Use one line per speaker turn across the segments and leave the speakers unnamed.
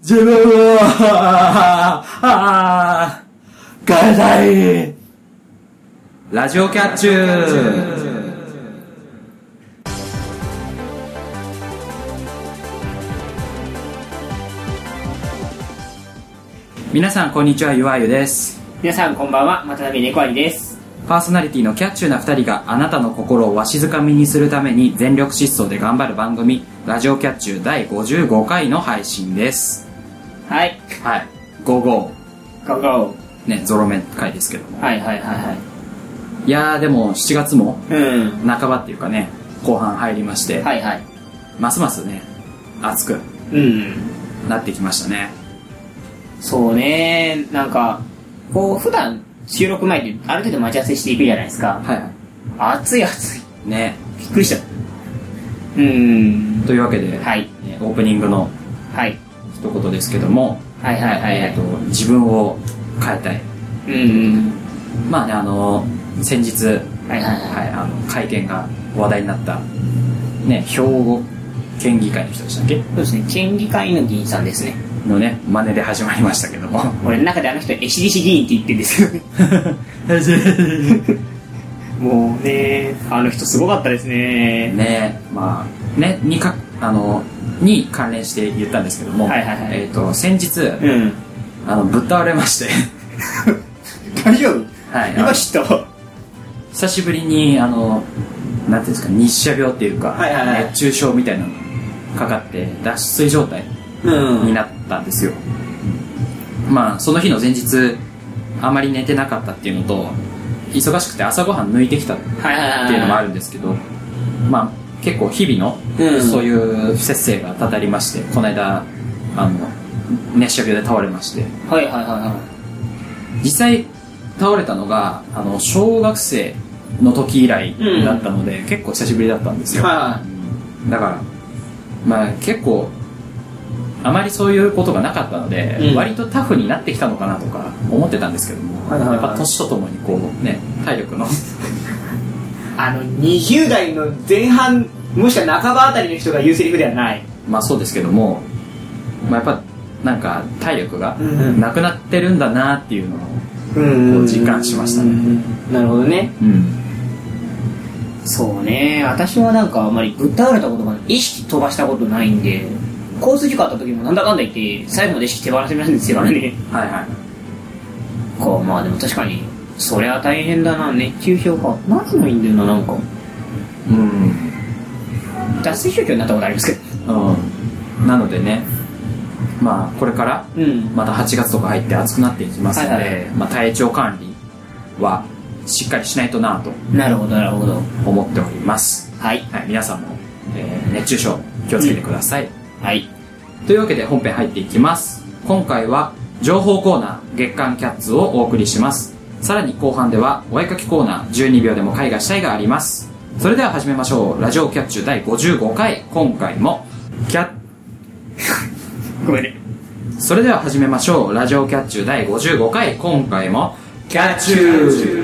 自分を、ああ、変えたい。ラジオキャッチュー。皆さん、こんにちは、ゆわゆです。
皆さんこんばんは、またたび猫ありです。
パーソナリティのキャッチューな2人があなたの心をわしづかみにするために全力疾走で頑張る番組「ラジオキャッチュー」第55回の配信です
はい、
はい55
ガオガオ。
ねゾロ目回ですけども
はいはいはい
いやーでも7月も
はい。うん。
半ばっていうかね後半入りまして、
はいはい。
ますますね暑く
うん。
なってきましたね
そうね、なんか、こう、普段収録前である程度待ち合わせしていくじゃないですか。
はいは
暑い暑い。
いね
びっくりした。うん。
というわけで、
はい。
ねオープニングの
はい。
一言ですけども、
はいはいはいは
えー
い
と。自分を変えたい
うん。
まあねあの先日
はいはいは
はい、あの会見が話題になった、ね、兵庫県議会の人でしたっけ
い。そうですね、県議会の議員さんですね。
のね真似で始まりましたけど も
俺の中であの人、エシリシ議員って言ってるんですよね。 もうね、あの人すごかったですね。
ねまあねにかあのに関連して言ったんですけども、
はいはいはい
えー、と先日
うん。
あのぶっ倒れまして、
大丈夫
はい、あの
今知ったわ
久しぶりにあのなんていうんですか日射病っていうか、
はいはいはい
熱中症みたいなのかかって脱水状態
う
になったんですよ、まあその日の前日あまり寝てなかったっていうのと忙しくて朝ごはん抜いてきたって
はいはいはい
いうのもあるんですけど、まあ結構日々
う
の
ん
そういう不節制がたたりまして、この間あの熱射病で倒れまして
はいはいはいは
実際倒れたのがあの小学生の時以来だったので、結構久しぶりだったんです
い
よ、
は
だからまあ結構あまりそういうことがなかったので、
うん
割とタフになってきたのかなとか思ってたんですけども、
はいはいはい
やっぱ年とともにこうね体力の
あの20代の前半もしくは半ばあたりの人が言うセリフではない
まあそうですけども、まあ、やっぱなんか体力が
うんうん
なくなってるんだなっていうのを、
うん
実感しましたね
なるほどね
うん
そうね私はなんかあんまりぶっ倒れたことが意識飛ばしたことないんで交通事故あった時もなんだかんだ言って最後まで意識手放せないんですよね
はいはい
こうまあでも確かにそれは大変だな熱中症か何でもいいんだよななんか
うん、
脱水症状になったことありますけど
うん、なのでねまあこれから
うん
また8月とか入って暑くなっていきますので、
はいはい
まあ、体調管理はしっかりしないとなと
なるほどなるほど
思っております、
はい
はい、皆さんも、えー熱中症気をつけてください、
はい
というわけで本編入っていきます今回は情報コーナー月刊キャッツをお送りしますさらに後半ではお絵かきコーナー12秒でも絵画したいがありますそれでは始めましょうラジオキャッチュ第55回今回もキャッ
ごめんね
それでは始めましょうラジオキャッチュ第55回今回もキャッチュー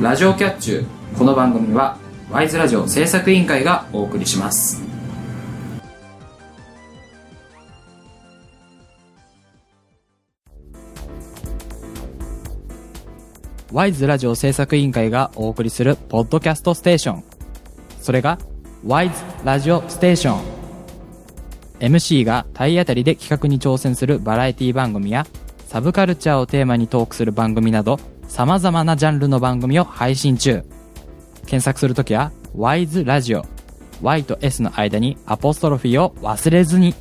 ラジオキャッチューこの番組はワイズラジオ制作委員会がお送りしますワイズラジオ制作委員会がお送りするポッドキャストステーションそれがワイズラジオステーション MC が体当たりで企画に挑戦するバラエティ番組やサブカルチャーをテーマにトークする番組など様々なジャンルの番組を配信中検索するときはワイズラジオ Y と S の間にアポストロフィーを忘れずに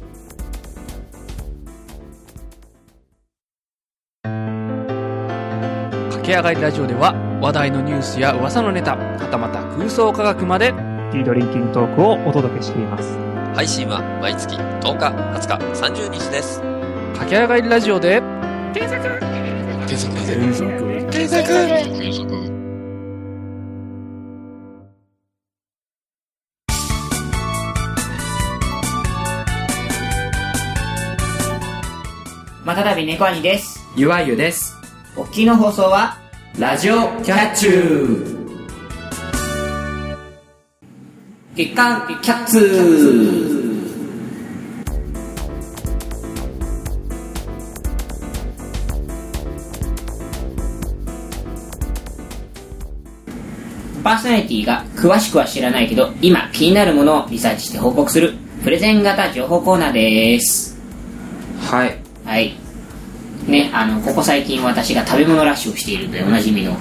駆け上がりラジオでは話題のニュースや噂のネタはたまた空想科学まで
ティードリンキングトークをお届けしています。
配信は毎月10日、20日、30日です。
駆け上がりラジオで
またたび猫兄です。
ゆわゆです
おっきの放送は、
ラジオキャッチュー
月刊キャッツパーソナリティが詳しくは知らないけど今気になるものをリサーチして報告するプレゼン型情報コーナーです
はい。
はいねあのここ最近私が食べ物ラッシュをしているとおなじみの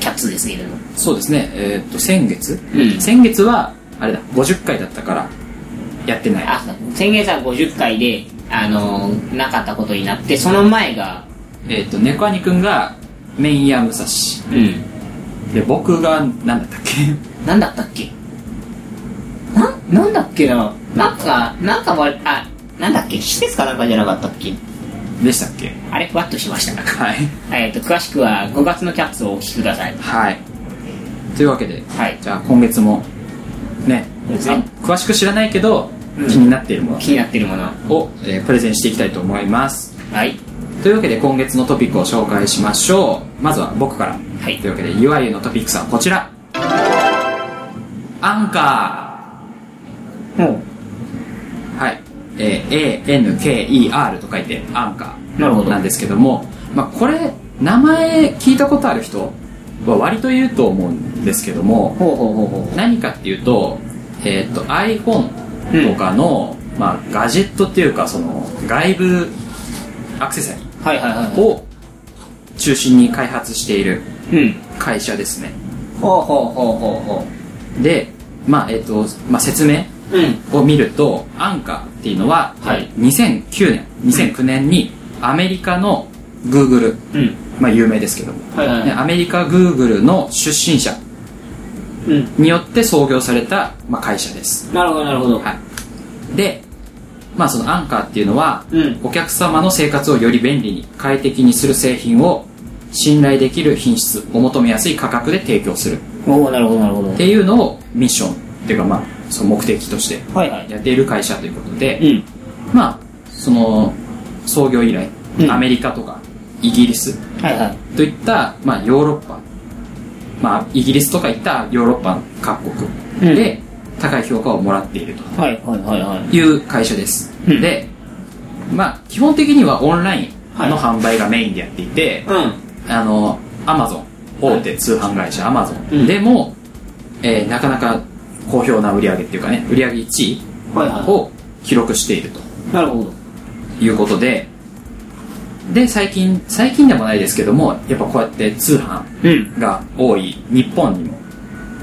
キャッツですけれども
そうですね、えーっと、先月、
うん
先月は、あれだ、50回だったから、やってない。
あ先月は50回であのなかったことになってその前が
えーっと、猫兄くんが、メインや武蔵。
うん
で、僕が、なんだったっけ
なんだったっけなん、なんだっけななんか、なんかわ、あ、なんだっけ施設かなんかじゃなかったっけ
でしたっけ
あれふわっとしました。
はい。
えっと、詳しくは5月のキャッツをお聞きください。
はい。というわけで、
はい。
じゃあ今月も、ね、
うん
あ詳しく知らないけど、
うん
気になっているも
気になってるもの。
のを、えープレゼンしていきたいと思います。
はい。
というわけで今月のトピックを紹介しましょうまずは僕から、
はい
というわけでいわゆるのトピックスはこちらアンカ
も
ーはい、えー ANKER と書いてアンカ
う、なるほ
ー
ど。
なんですけども、まあ、これ名前聞いたことある人は割といると思うんですけども
ほうほうほうほ
何かっていうと,、えー、と iPhone とかの、まあ、ガジェットっていうかその外部アクセサリ
う。はいはい
ー
は
を中心に開発している
い。うん。
会社ですね
ほうほうほうほうほ
で、まあえっとまあ、説明
う。うん。
を見るとアンカーっていうのは、
はい
2009年2009年にアメリカの Google、
うん。
まあ、有名ですけども、
はいはい
ね
は
アメリカ Google の出身者
い。うん。
によって創業された、まあ、会社です、
なるほどなるほど。
はい、で、まあ、そのアンカーっていうのは、
うん。
お客様の生活をより便利に快適にする製品を信頼できる品質お求めやすい価格で提供する
おおなるほどなるほど
っ。ていうのをミッションっていうかまあその目的として
はいはい。
やっている会社ということで、
うん。
まあその創業以来、
うん
アメリカとかイギリス
はいはい。
といった、まあ、ヨーロッパ、まあ、イギリスとかいったヨーロッパ各
う
国
ん
で高い評価をもらっていると
はいはいはいはい。
いう会社です、
うん
で、まあ、基本的にはオンラインの販売がメインでやっていて、
う
あの、アマゾン、大手通販会社アマゾ
う
ン
ん
でも、えーなかなか好評な売り上げっていうかね、売り上げ1位
ん。はいは
を記録していると
い。なるほど。
いうことで、で、最近、最近でもないですけども、やっぱこうやって通販
うん。
が多い日本にも、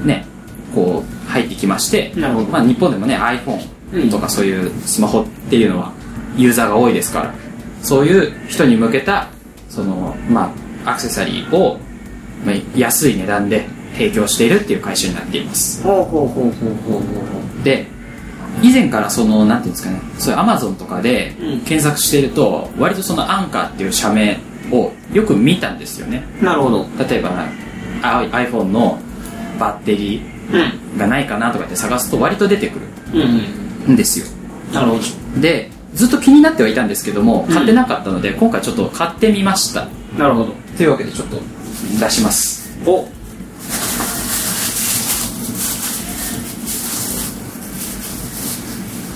ね、こう入ってきまして、
なるほど
まあ日本でもね、iPhone とかそういうスマホっていうのはユーザーが多いですから、そういう人に向けた、その、まあ、アクセサリーを、まあ、安い値段で提供しているっていう会社になっています。
ほうほうほうほうほうほうほう。
で、以前からその、なんていうんですかね、そういう Amazon とかで
うん
検索していると、割とそのアンカーっていう社名をよく見たんですよね。
なるほど。
例えばあ iPhone のバッテリ
うん。
ーがないかなとかって探すと割と出てく
うんうん。
るんですよ
なるほど。
でずっと気になってはいたんですけども
うん
買ってなかったので、今回ちょっと買ってみました
なるほど。
というわけでちょっと出します
お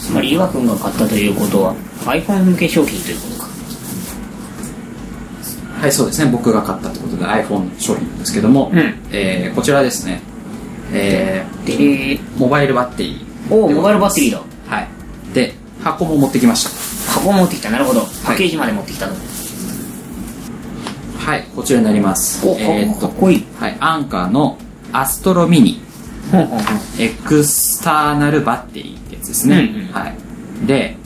つまり、岩君が買ったということは、iPhone 向け商品ということか。
はいそうですね僕が買ったってことで iPhone の商品なんですけども、
うん
えーこちらですねえ
で、えー、
ーモバイルバッテリー
おーモバイルバッテリーだ。
はいで箱も持ってきました
箱を持ってきた。なるほど。パッケージまで持ってきたと。
はいこちらになります
お
えーっ
か
と
っこいい。
はいアンカーのアストロミニ
ほんほんほん。
エクスターナルバッテリーってやつですね、
うんうん
はい、で、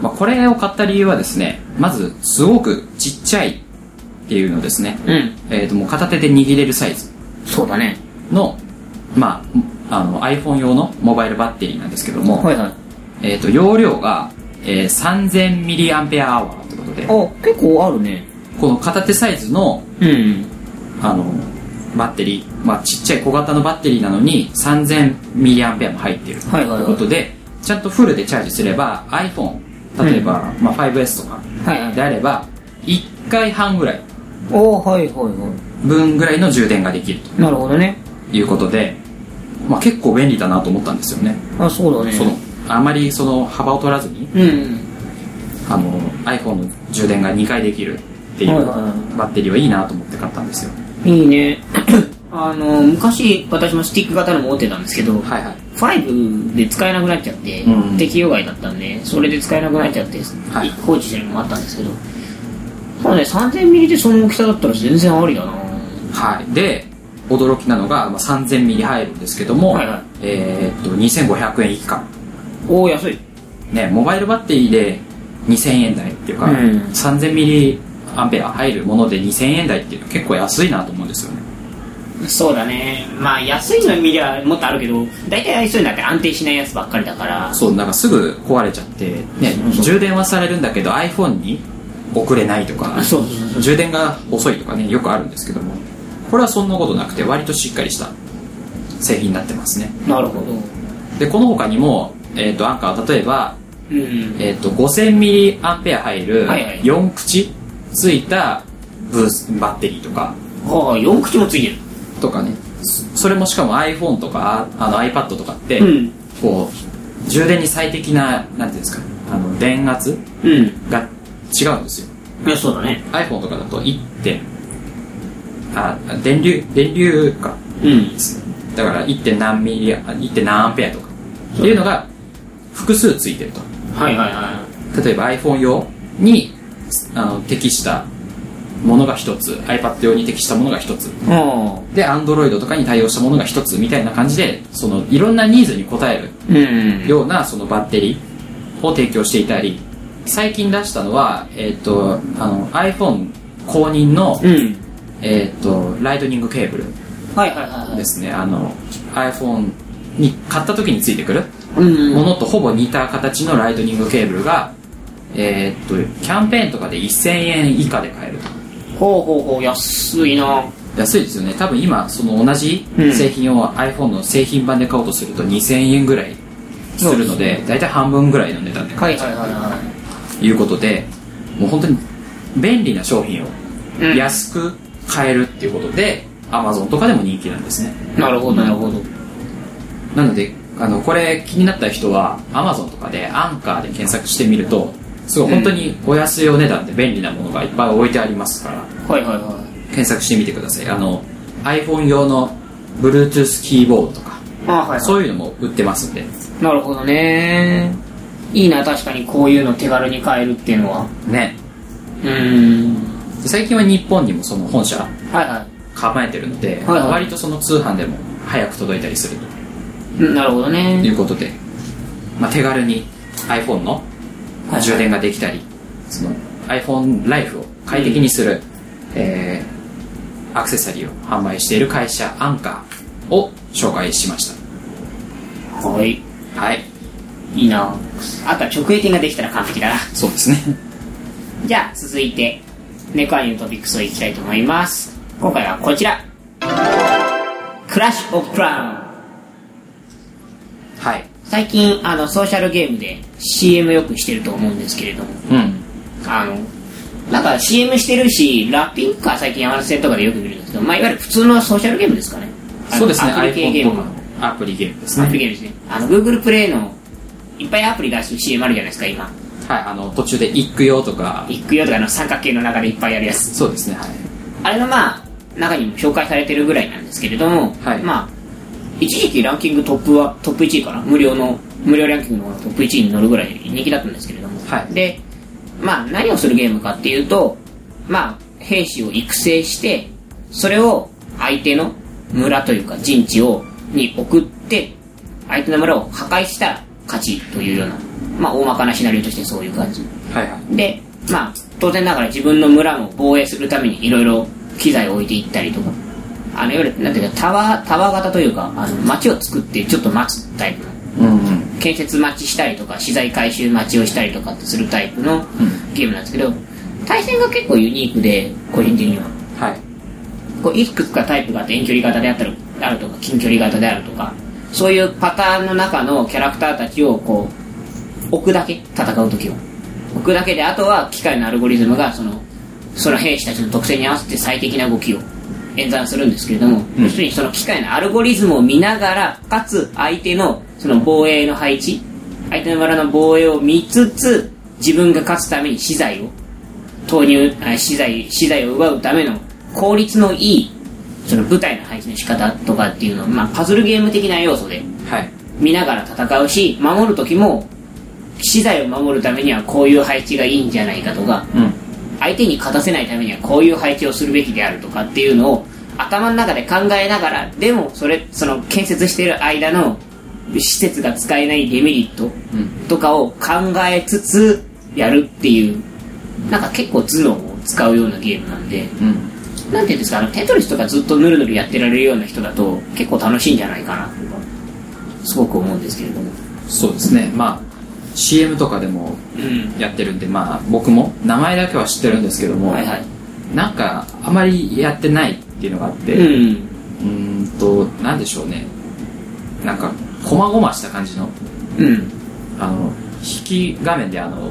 まあ、これを買った理由はですねまずすごくちっちゃいっていうのですね、
うん。
えー、ともう片手で握れるサイズ
そうだね。
の,、まあ、あの iPhone 用のモバイルバッテリーなんですけども、
はいはい。
えー、と容量が、えー、3000mAh ってことで
お、結構あるね。
この片手サイズの
うん。
あのバッテリー、まあ、ちっちゃい小型のバッテリーなのに 3000mAh も入っていると
はいはい
いう
は
こ
い
とで、ちゃんとフルでチャージすれば iPhone 例えば、まあ、5S とか
はいは
で
い。
あれば1回半ぐらい
おーはいはいは
分ぐらいの充電ができる
い。なるほどね。
ということでまあ、結構便利だなと思ったんですよね、
あ、そうだね。
そのあまりその幅を取らずに
うん。
あの iPhone の充電が2回できるっていう
はいはいは
バッテリーはいいなと思って買ったんですよ
いいね。 あの、昔、私もスティック型の持ってたんですけど、
はいはい
5で使えなくなっちゃって、
うん
適用外だったんで、それで使えなくなっちゃって、
はい
放置してるのもあったんですけど、まあね、3000ミリでその大きさだったら全然ありだな
はいで驚きなのが、まあ、3000ミリ入るんですけども、
はいはい
えーっと2500円以下
おお、安い。
ねモバイルバッテリーで2000円台っていうか、
うん
3000ミリアンペア入るもので2000円台っていうのは結構安いなと思うんですよね
そうだね。まあ、安いの見りゃもっとあるけど、大体そういうのって安定しないやつばっかりだから、
そうなんかすぐ壊れちゃって、ね、充電はされるんだけど iPhone に送れないとか
あ そうそうそう
充電が遅いとかねよくあるんですけどもこれはそんなことなくて割としっかりした製品になってますね
なるほど。
でこの他にも、えー、とアンカーは例えば、
うん。
えー、と 5000mAh 入る
はいはい
4口ついたブースバッテリーとか
はあ、4口もついてる。
とかねそそれもしかも iPhone とかあの iPad とかって、
うん。
こう充電に最適ななんていうんですかあの電圧
うん。
が違うんですよ
いや、そうだね。
iPhone とかだと1点あ電流電流か
うん。
だから 1. 点何ミリあ1点何アンペアとかっていうのが複数ついてると
はいはいは
例えば iPhone 用にあの適したものが1つ iPad 用に適したものが1つ
い。あ
で Android とかに対応したものが1つみたいな感じでそのいろんなニーズに応え
あ。うん
るようなそのバッテリーを提供していたり最近出したのは、えっとあの iPhone 公認の、
うん。
えっとライトニングケーブル
はいはいはいはい。
ですねあの iPhone に買った時についてくる
うん
ものとほぼ似た形のライトニングケーブルが、えーっとキャンペーンとかで1000円以下で買えると
ほうほうほう、安いな
安いですよね多分今その同じ製品を iPhone の製品版で買おうとすると2000円ぐらいするので大体半分ぐらいの値段で買
はいはいはいは
うということでもう本当に便利な商品を
うん
安く買えるっていうことで、Amazon とかでも人気なんですね
い。なるほどなるほど。
なのであのこれ気になった人は Amazon とかでアンカーで検索してみるとすごい本当にお安いお値段で便利なものがいっぱい置いてありますから
はいはいは
検索してみてくださいあの iPhone 用の Bluetooth キーボードとか
い。ああ、はい、
そういうのも売ってますんで
なるほどねいいな、確かにこういうの手軽に買えるっていうのは。
ね
うーん。
で最近は日本にもその本社
はいは
構えてるので、
はいはい
割とその通販でも早く届いたりする
い。うんなるほど
と
ね
いうことで、まあ、手軽に iPhone の
はい
充電ができたり、その iPhone ライフを快適にする、えーアクセサリーを販売している会社アンカーを紹介しまし
はい。
たはい
いいなあとは直営店ができたら完璧だな。
そうですね
じゃあ、続いて、猫アニのトピックスをいきたいと思います。今回はこちら。クラッシュオブプラン。
はい
最近あのソーシャルゲームで CM よくしてると思うんですけれども
うん
あのなんか CM してるしラッピングカー最近山手線とかでよく見るんですけど、まあ、いわゆる普通のソーシャルゲームですかねあの
そうですね
アプリ系ゲー
iPhone と
ムの
かのアプリゲームです
アプ
ね
リゲームですねあの Google プレイのいっぱいアプリ出す CM あるじゃないですか今
はいあの途中で行くよとか
行くよとかあの三角形の中でいっぱいやるやつ
そうですねはい
あれがまあ中にも紹介されてるぐらいなんですけれども、
はい
まあ一時期ランキングトップはトップ1位かな無料の無料ランキングのトップ1位に乗るぐらい人気だったんですけれども、
はい
でまあ何をするゲームかっていうとまあ兵士を育成してそれを相手の村というか陣地をに送って相手の村を破壊したら勝ちというようなまあ大まかなシナリオとしてそういう感じ
はいはい
で、まあ、当然ながら自分の村も防衛するためにいろいろ機材を置いていったりとか、あの、いわゆる、なんていうか、タワー、タワー型というか、あの、街を作ってちょっと待つタイプの、
うんうん
建設待ちしたりとか、資材回収待ちをしたりとかってするタイプのゲームなんですけど、対戦が結構ユニークで、個人的には。
はい
こういくつかタイプがあって遠距離型であったりあるとか近距離型であるとかそういうパターンの中のキャラクターたちをこう置くだけ戦う時を置くだけであとは機械のアルゴリズムがそのその兵士たちの特性に合わせて最適な動きを演算するんですけれども、
うん
要するにその機械のアルゴリズムを見ながらかつ相手のその防衛の配置相手の村の防衛を見つつ自分が勝つために資材を投入あ資材資材を奪うための効率のいいその舞台の配置の仕方とかっていうのを、まあ、パズルゲーム的な要素で
はい。
見ながら戦うし守る時も資材を守るためにはこういう配置がいいんじゃないかとか
うん。
相手に勝たせないためにはこういう配置をするべきであるとかっていうのを頭の中で考えながらでもそれその建設してる間の施設が使えないデメリット
うん。
とかを考えつつやるっていうなんか結構頭脳を使うようなゲームなんで
うん。
なんていうんですかあのテトリスとかずっとぬるぬるやってられるような人だと結構楽しいんじゃないかなとかすごく思うんですけれども
そうですねまあ CM とかでも
うん
やってるんでまあ僕も名前だけは知ってるんですけども、
はいはい
なんかあまりやってないっていうのがあって、
うん
うーんとなんでしょうねなんかこまごました感じの
うん
あの引き画面であの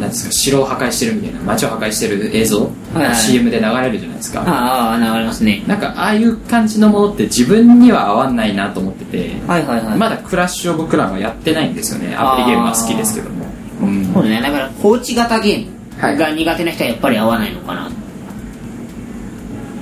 なんですか城を破壊してるみたいな街を破壊してる映像、
はい
CM で流れるじゃないですか、
ああ流れますね
なんかああいう感じのものって自分には合わないなと思ってて、
はいはいはい
まだクラッシュを僕らはやってないんですよねアプリゲームは好きですけどもうん
そうねだから放置型ゲー
は
ム
い
が苦手な人はやっぱり合わないのかな、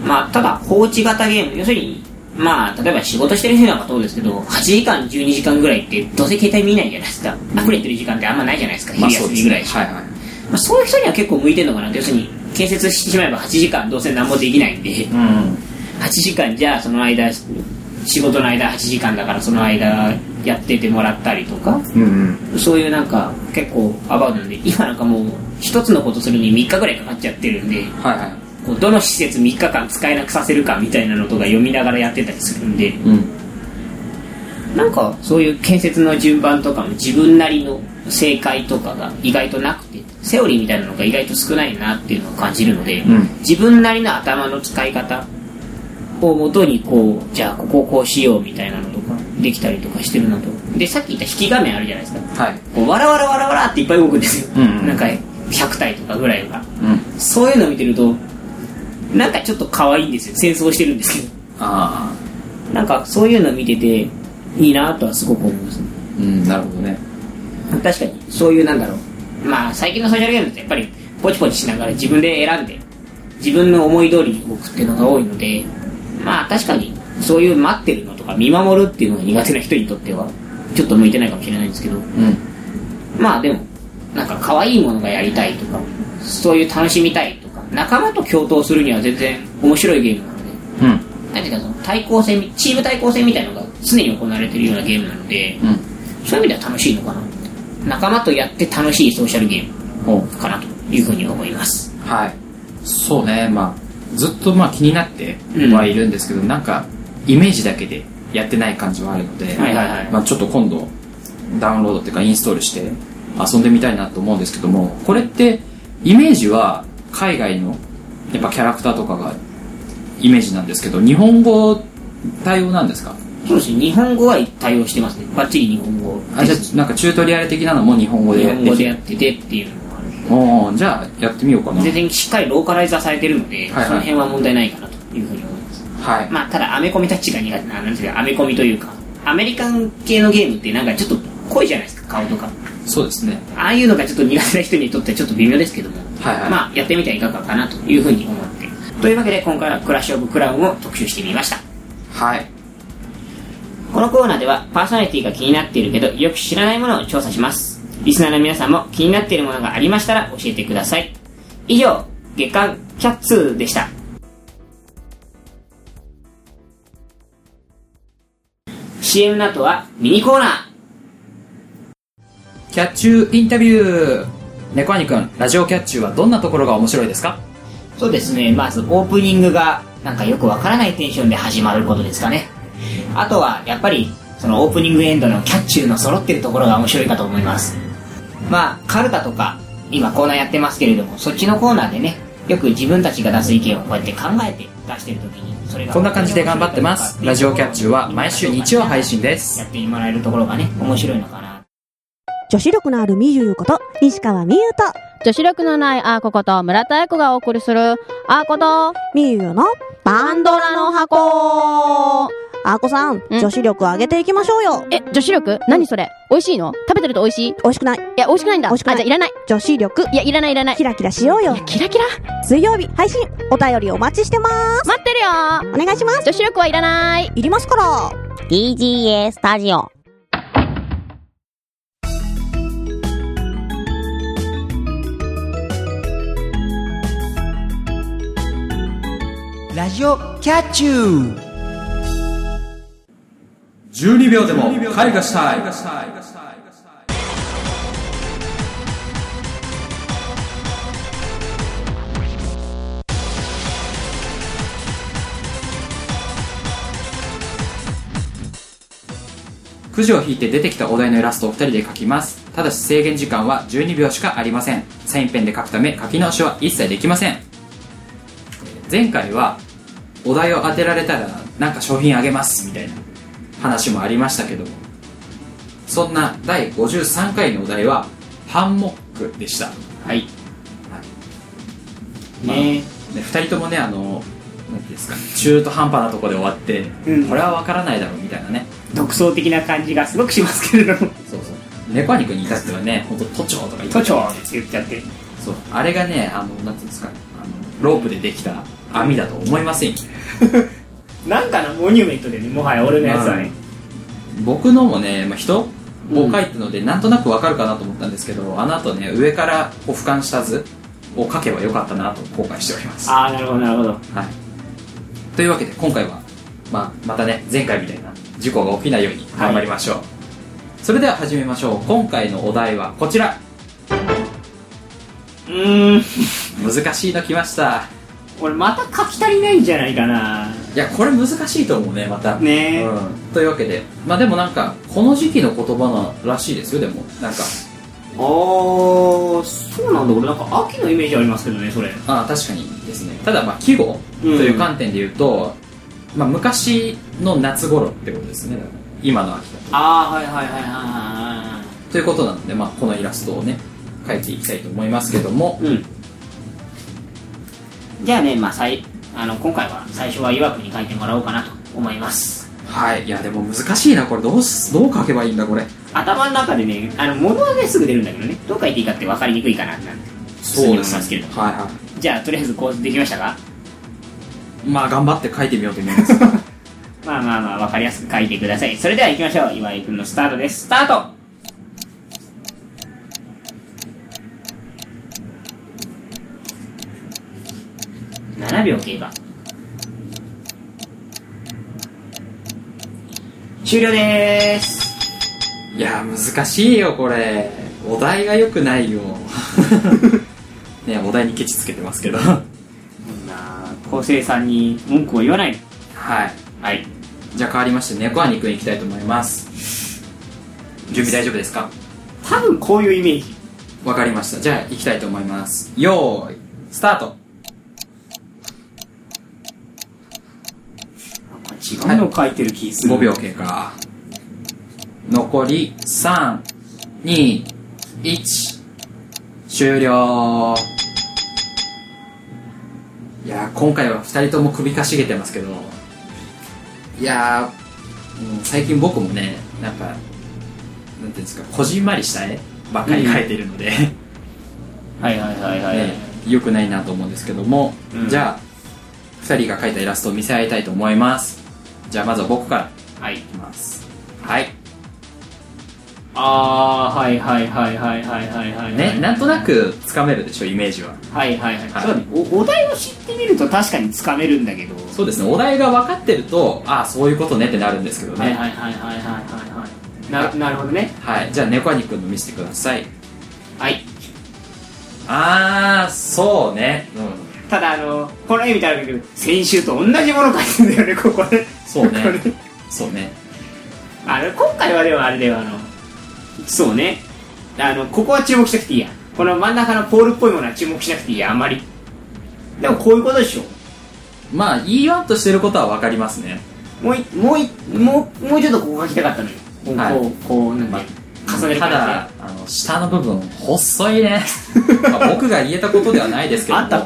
まあただ放置型ゲーム要するにまあ例えば仕事してる人なんかそうですけど8時間12時間ぐらいってどうせ携帯見ないじゃないですか溢れてる時間ってあんまないじゃないですか
まあ
昼
そうで
休み
す
ぐらい
ね
しか
はいはい
まあ、そういう人には結構向いてるのかなって要するに建設してしまえば8時間どうせ何もできないんで
うん
8時間じゃあその間仕事の間8時間だからその間やっててもらったりとか
うん
そういうなんか結構アバウトなんで今なんかもう一つのことするに3日ぐらいかかっちゃってるんで
はいはい
こうどの施設3日間使えなくさせるかみたいなのとか読みながらやってたりするんで
うん
なんかそういう建設の順番とかも自分なりの正解とかが意外となくてセオリーみたいなのが意外と少ないなっていうのを感じるので、
うん
自分なりの頭の使い方をもとにこうじゃあここをこうしようみたいなのとかできたりとかしてるなとでさっき言った引き画面あるじゃないですか
はい
こうわらわらわらわらっていっぱい動くんですよ、
うんうん
なんか100体とかぐらいが
うん
そういうのを見てるとなんかちょっと可愛いんですよ戦争してるんですけど
あ
なんかそういうのを見てていいなとはすごく思いますね
あうんなるほどね
確かにそういうなんだろうまあ最近のソーシャルゲームってやっぱりポチポチしながら自分で選んで自分の思い通りに動くっていうのが多いのでまあ確かにそういう待ってるのとか見守るっていうのが苦手な人にとってはちょっと向いてないかもしれないんですけど
うん
まあでもなんか可愛いものがやりたいとかそういう楽しみたいとか仲間と共闘するには全然面白いゲームなので
うん
なんていうかその対抗戦みチーム対抗戦みたいなのが常に行われてるようなゲームなので、
うん
そういう意味では楽しいのかな仲間とやって楽しいソーシャルゲーム
おう
かなというふうに思います
はいそうねまあずっとまあ気になってはいるんですけど、なんかイメージだけでやってない感じはあるので、
はいはいはい
まあ、ちょっと今度ダウンロードっていうかインストールして遊んでみたいなと思うんですけどもこれってイメージは海外のやっぱキャラクターとかがイメージなんですけど日本語対応なんですか
そうですね日本語は対応してますねバッチリ日本語
あじゃあなんかチュートリアル的なのも日本語で
日
やっ
本
て
語
き
でや
て
っててっていうのもある
おーじゃあやってみようかな
全然しっかりローカライザーされてるので、
はいはい
その辺は問題ないかなというふうに思います
はい
まあただアメコミたちが苦手ななんですけどアメコミというかアメリカン系のゲームってなんかちょっと濃いじゃないですか顔とか
そうですね
ああいうのがちょっと苦手な人にとってはちょっと微妙ですけども、
はいはい
まあやってみてはいかがかなというふうに思ってというわけで今回はクラッシュオブクラウンを特集してみました
はい
このコーナーではパーソナリティが気になっているけどよく知らないものを調査しますリスナーの皆さんも気になっているものがありましたら教えてください以上月刊キャッツーでしたCM の後はミニコーナー
キャッチューインタビュー猫兄くんラジオキャッチューはどんなところが面白いですか
そうですね、まずオープニングがなんかよくわからないテンションで始まることですかね。あとはやっぱりそのオープニングエンドのキャッチューの揃ってるところが面白いかと思います。まあ、カルタとか今コーナーやってますけれども、そっちのコーナーでね、よく自分たちが出す意見をこうやって考えて出してる時に、それが
こんな感じで頑張ってますラジオキャッチューは毎週日曜配信です
やってもらえるところがね、面白いのかな。
女子力のあるみゆゆこと、西川みゆと、
女子力のないあーここと村田彩子がお送りするあーこと
みゆゆの、パンドラの箱あこさん、女子力上げていきましょうよ
え、女子力何それ美味しいの食べてると美味しいい
美味しくない
や、美味しくないんだ。
美味しくない
あ、じゃあいらない。
女子力
いや、いらないいらない。
キラキラしようよ
いやキラキラ
水曜日配信お便りお待ちしてます
待ってるよ
お願いします
女子力はいらない
いりますから
DGA スタジオ
ラジオキャッチュー
12秒でも絵画したいくじを引いて出てきたお題のイラストを2人で描きますただし制限時間は12秒しかありませんサインペンで描くため書き直しは一切できません前回はお題を当てられたらなんか商品あげますみたいな話もありましたけどもそんな第53回のお題はハンモックでした、
はい。
まあ
ね
ね、2人ともねあのなんていうんですか中途半端なとこで終わって、
うん
これは分からないだろうみたいなね
独創的な感じがすごくしますけれども、
そうそう猫肉に至ってはね本当都庁とか言って
都庁って言っちゃって。
そうあれがねあのなんていうんですかあのロープでできた網だと思いませんよ
なんかのモニュメントでね、もはや俺のやつはね。
僕のもね、まあ、人を描いたので、なんとなくわかるかなと思ったんですけどあの後ね上からこう俯瞰した図を描けばよかったなと後悔しております
ああ、なるほど、なるほど。
はい、というわけで今回は、まあ、またね前回みたいな事故が起きないように頑張りましょう、それでは始めましょう今回のお題はこちら
うーん、
難しいの来ました
俺また書き足りないんじゃないかな。
いやこれ難しいと思うねまた
ねえ
うん、というわけでまあでもなんかこの時期の言葉のらしいですよでもなんか
あー、そうなんだ。俺なんか秋のイメージありますけどね、それ。
ああ確かにですねただまあ季語という観点で言うと、まあ、昔の夏頃ってことですねだから今の秋だと
ああ、はいはいはいは
ということなので、まあ、このイラストをね描いていきたいと思いますけども、
いはい。うん。じゃあね、まあ、さいあの今回は最初は岩くに書いてもらおうかなと思います。
はいいやでも難しいなこれどうすどう書けばいいんだこれ
頭の中でね、あの、物はね、すぐ出るんだけどね、どう書いていいかって分かりにくいかなってそうですね
ねはいは
じゃあ、とりあえずこうできましたか
いまあ頑張って書いてみようと思います
まあまあまあ、分かりやすく書いてください。それでは行きましょう。岩井くんのスタートです。スタート7秒経過終了でーす
いや難しいよこれお題が良くない よねお題にケチつけてますけどは
こんな昴生さんに文句を言わない
い
はい
じゃあ変わりまして猫アニくんいきたいと思います準備大丈夫ですか
多分こういうイメージ
わかりましたじゃあ行きたいと思いますよーいスタート
なんか違うの書いてる気する
5秒経過残り321終了いやー今回は2人とも首かしげてますけどいやー、うん最近僕もねなんかなんていうんですかこじんまりした絵ばっかり描いてるので、
はいはいはいはい、
ね、良くないなと思うんですけども、
うん
じゃあ2人が描いたイラストを見せ合いたいと思いますじゃあまずは僕から
はい
いきますはい
ああはいはいはいはいはいはいはい
ねなんとなくつかめるでしょイメージは
はいはいはい、
はい
そうねおお題を知ってみると確かにつかめるんだけど
そうですねお題が分かってるとああそういうことねってなるんですけどね
はいはいはいはいはいはいななるほどね
はい、じゃあ猫兄くんの見せてください
はい
ああそうねうん
ただあのこの絵見たらだけど先週と同じもの書いてんだよねここね
そうね
これ
そうね
あの今回はでもあれだよあのそうねあのここは注目しなくていいやこの真ん中のポールっぽいものは注目しなくていいやあんまりでもこういうことでしょ
まあ言いわんとしてることは分かりますね
もういもういもうもうちょっとここ書きたかったのよこう、
はい
こうこうなんか重ね
た
る感じで
だあの下の部分細いね、 まあ僕が言えたことではないですけども
あんたも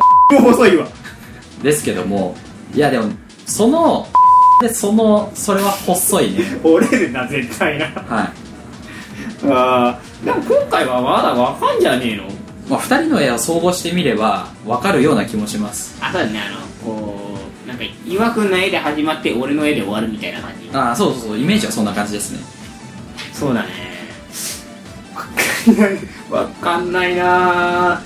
細いわ
ですけどもいやでもそのでそのそれは細いね
折れるな、絶対な。
はい
あ
でも今回はまだわかんじゃねえの
まあ、2人の絵を総合してみれば分かるような気もします
あ、そうだね、あの、こう、なんか、岩くんの絵で始まって、俺の絵で終わるみたいな感じ。
ああそうそうそうイメージはそんな感じですね
そうだね。わかんない、わかんないな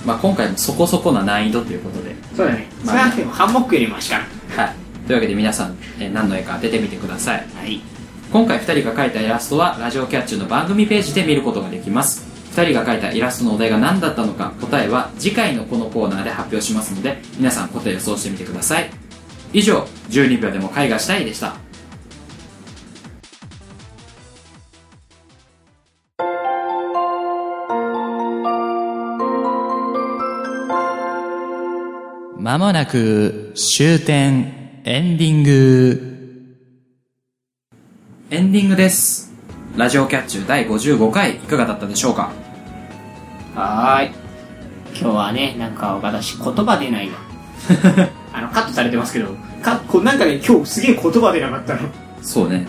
まあ今回もそこそこな難易度ということで
そうだね。
ま
少
あ
なくてもハンモックよりマシかな。
はいというわけで皆さん、えー何の絵か当ててみてください
はい。
今回2人が描いたイラストはラジオキャッチュの番組ページで見ることができます2人が描いたイラストのお題が何だったのか答えは次回のこのコーナーで発表しますので皆さん答え予想してみてください以上12秒でも絵画したいでした
まもなく終点エンディング。
エンディングですラジオキャッチュ第55回いかがだったでしょうか
はーい。今日はね、なんか、私、言葉出 ないわ。あの、カットされてますけど、かこなんかね、今日すげえ言葉出なかったの。
そうね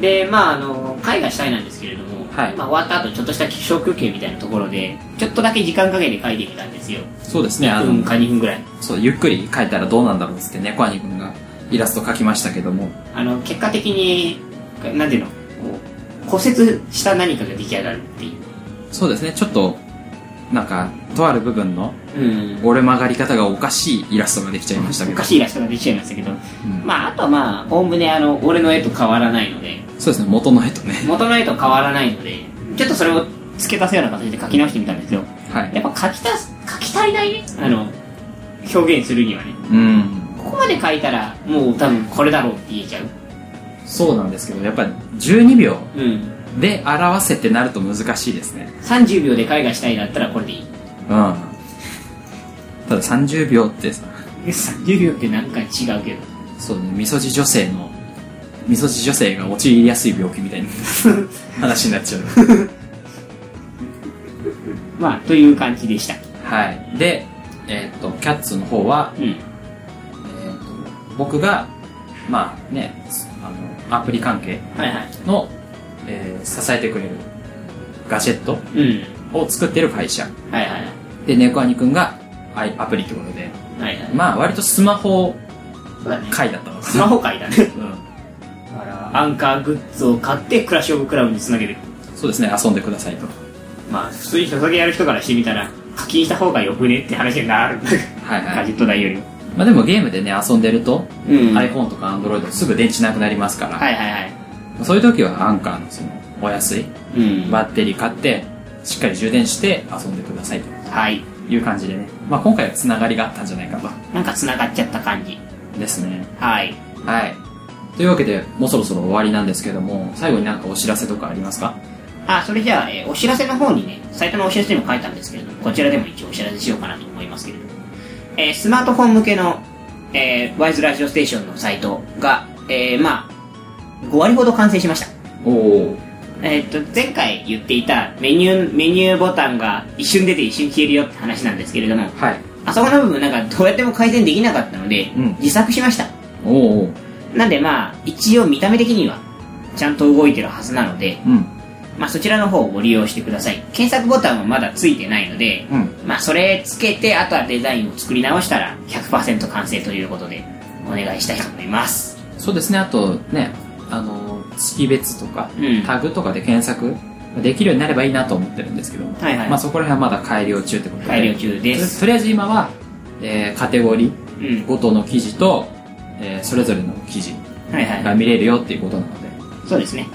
で、まああの、絵画したいなんですけれども、
はい
まあ終わった後、ちょっとした気象休憩みたいなところで、ちょっとだけ時間かけて描いてみたんですよ。
そうですねあ
1
の、
分か2分ぐらい。
そうゆっくり描いたらどうなんだろうっつって猫兄君がイラスト描きましたけども
あの、結果的に、なんていうの、こう骨折した何かが出来上がるっていう。
そうですねちょっとなんかとある部分の
うん。
折れ曲がり方がおかしいイラストができちゃいましたけ
お
ど
かしいイラストが出ちゃいましたけど、
うん
まああとはまあ、おおむねあの、俺の絵と変わらないので、
そうですね元の絵とね
元の絵と変わらないので、ちょっとそれを付け足すような形で描き直してみたんですよ。
はい
やっぱ描き足す、描き足りないね、あの、表現するにはね。
うん
ここまで書いたらもう多分これだろうって言えちゃう
そうなんですけどやっぱり12秒
うん
で表せってなると難しいですね
30秒で絵画したいだったらこれでいい
うんただ30秒ってさ
30秒ってなんか違うけど
そうねみそじ女性のみそじ女性が陥りやすい病気みたいな話になっちゃう
まあという感じでした
はいでえーっとキャッツの方は
うん
えーと僕がまあねあのアプリ関係
はいはい
の、えー支えてくれるガジェット
うん
を作ってる会社
はいはい
で猫兄くんがアイアプリってことで
はいはい
まあ割とスマホ
そうだね
会だったのか
ス マホ界だね
な、
だからアンカーグッズを買ってクラッシュオブクラブにつなげる
うん、そうですね遊んでくださいと
まあ普通に人だけやる人からしてみたら課金した方がよくねって話にな る
はいは
ガ
い、
ジェット代よりも
まあ、でもゲームでね遊んでると、
うんはい
iPhone とか Android すぐ電池なくなりますから、
はいはい
そういう時はアンカーのそのお安い
うん
バッテリー買ってしっかり充電して遊んでくださいと
はい
いう感じでね、まあ、今回はつながりがあったんじゃないかと
なんか繋がっちゃった感じ
ですね
はい
はいというわけでもうそろそろ終わりなんですけども最後になんかお知らせとかありますか
あ、それじゃあ、えーお知らせの方にね、サイトのお知らせにも書いたんですけれども、こちらでも一応お知らせしようかなと思いますけれども、えースマートフォン向けの、えーワイズラジオステーションのサイトが、えーまあ、5割ほど完成しました。
おお
えーっと、前回言っていたメニュー、メニューボタンが一瞬出て一瞬消えるよって話なんですけれども、
はい
あそこの部分なんかどうやっても改善できなかったので、
うん
自作しました。
おおう
なんでまあ、一応見た目的には、ちゃんと動いてるはずなので、
うん
まあ、そちらの方をご利用してください検索ボタンはまだついてないので、
うん
まあ、それつけてあとはデザインを作り直したら100%完成ということでお願いしたいと思います
そうですねあとねあの月別とか、
うん
タグとかで検索できるようになればいいなと思ってるんですけども、
はいはい
まあ、そこら辺はまだ改良中ってことで
改良中で
と
す
とりあえず今は、えーカテゴリー
うん
ごとの記事と、えーそれぞれの記事
はいはい、
が見れるよっていうことなので、
そうですねよ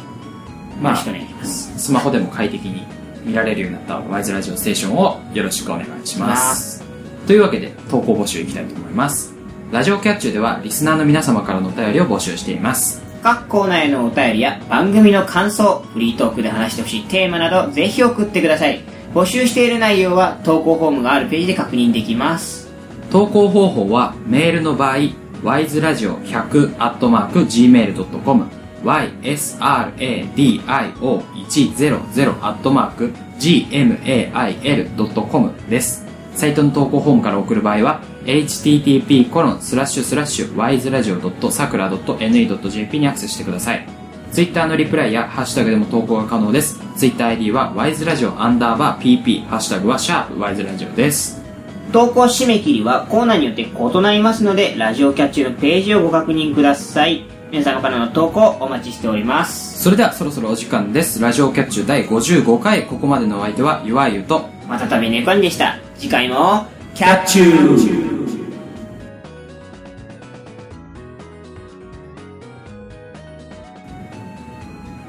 ま
ろ
あ
しくお願いします、
スマホでも快適に見られるようになったワイズラジオステーションをよろしくお願いします。というわけで投稿募集いきたいと思います。ラジオキャッチュではリスナーの皆様からのお便りを募集しています。
各コーナーへのお便りや番組の感想フリートークで話してほしいテーマなどぜひ送ってください募集している内容は投稿フォームがあるページで確認できます
投稿方法はメールの場合 wiseradio100-gmail.com ysradio100-gmail.com ですサイトの投稿フォームから送る場合は http コロンスラッシュスラッシュ wiseradio.sakura.ne.jp にアクセスしてください Twitter のリプライやハッシュタグでも投稿が可能です TwitterID は wiseradio アンダーバー pp ハッシュタグはシャープ wiseradio です
投稿締め切りはコーナーによって異なりますので、ラジオキャッチのページをご確認ください。皆様からの投稿お待ちしております。
それではそろそろお時間ですラジオキャッチュ第55回ここまでのお相手はゆわゆと
またたび猫にでした。次回も、キャッチュー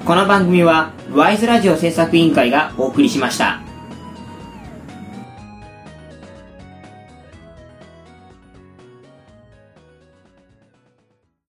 この番組は、ワイズラジオ制作委員会がお送りしました。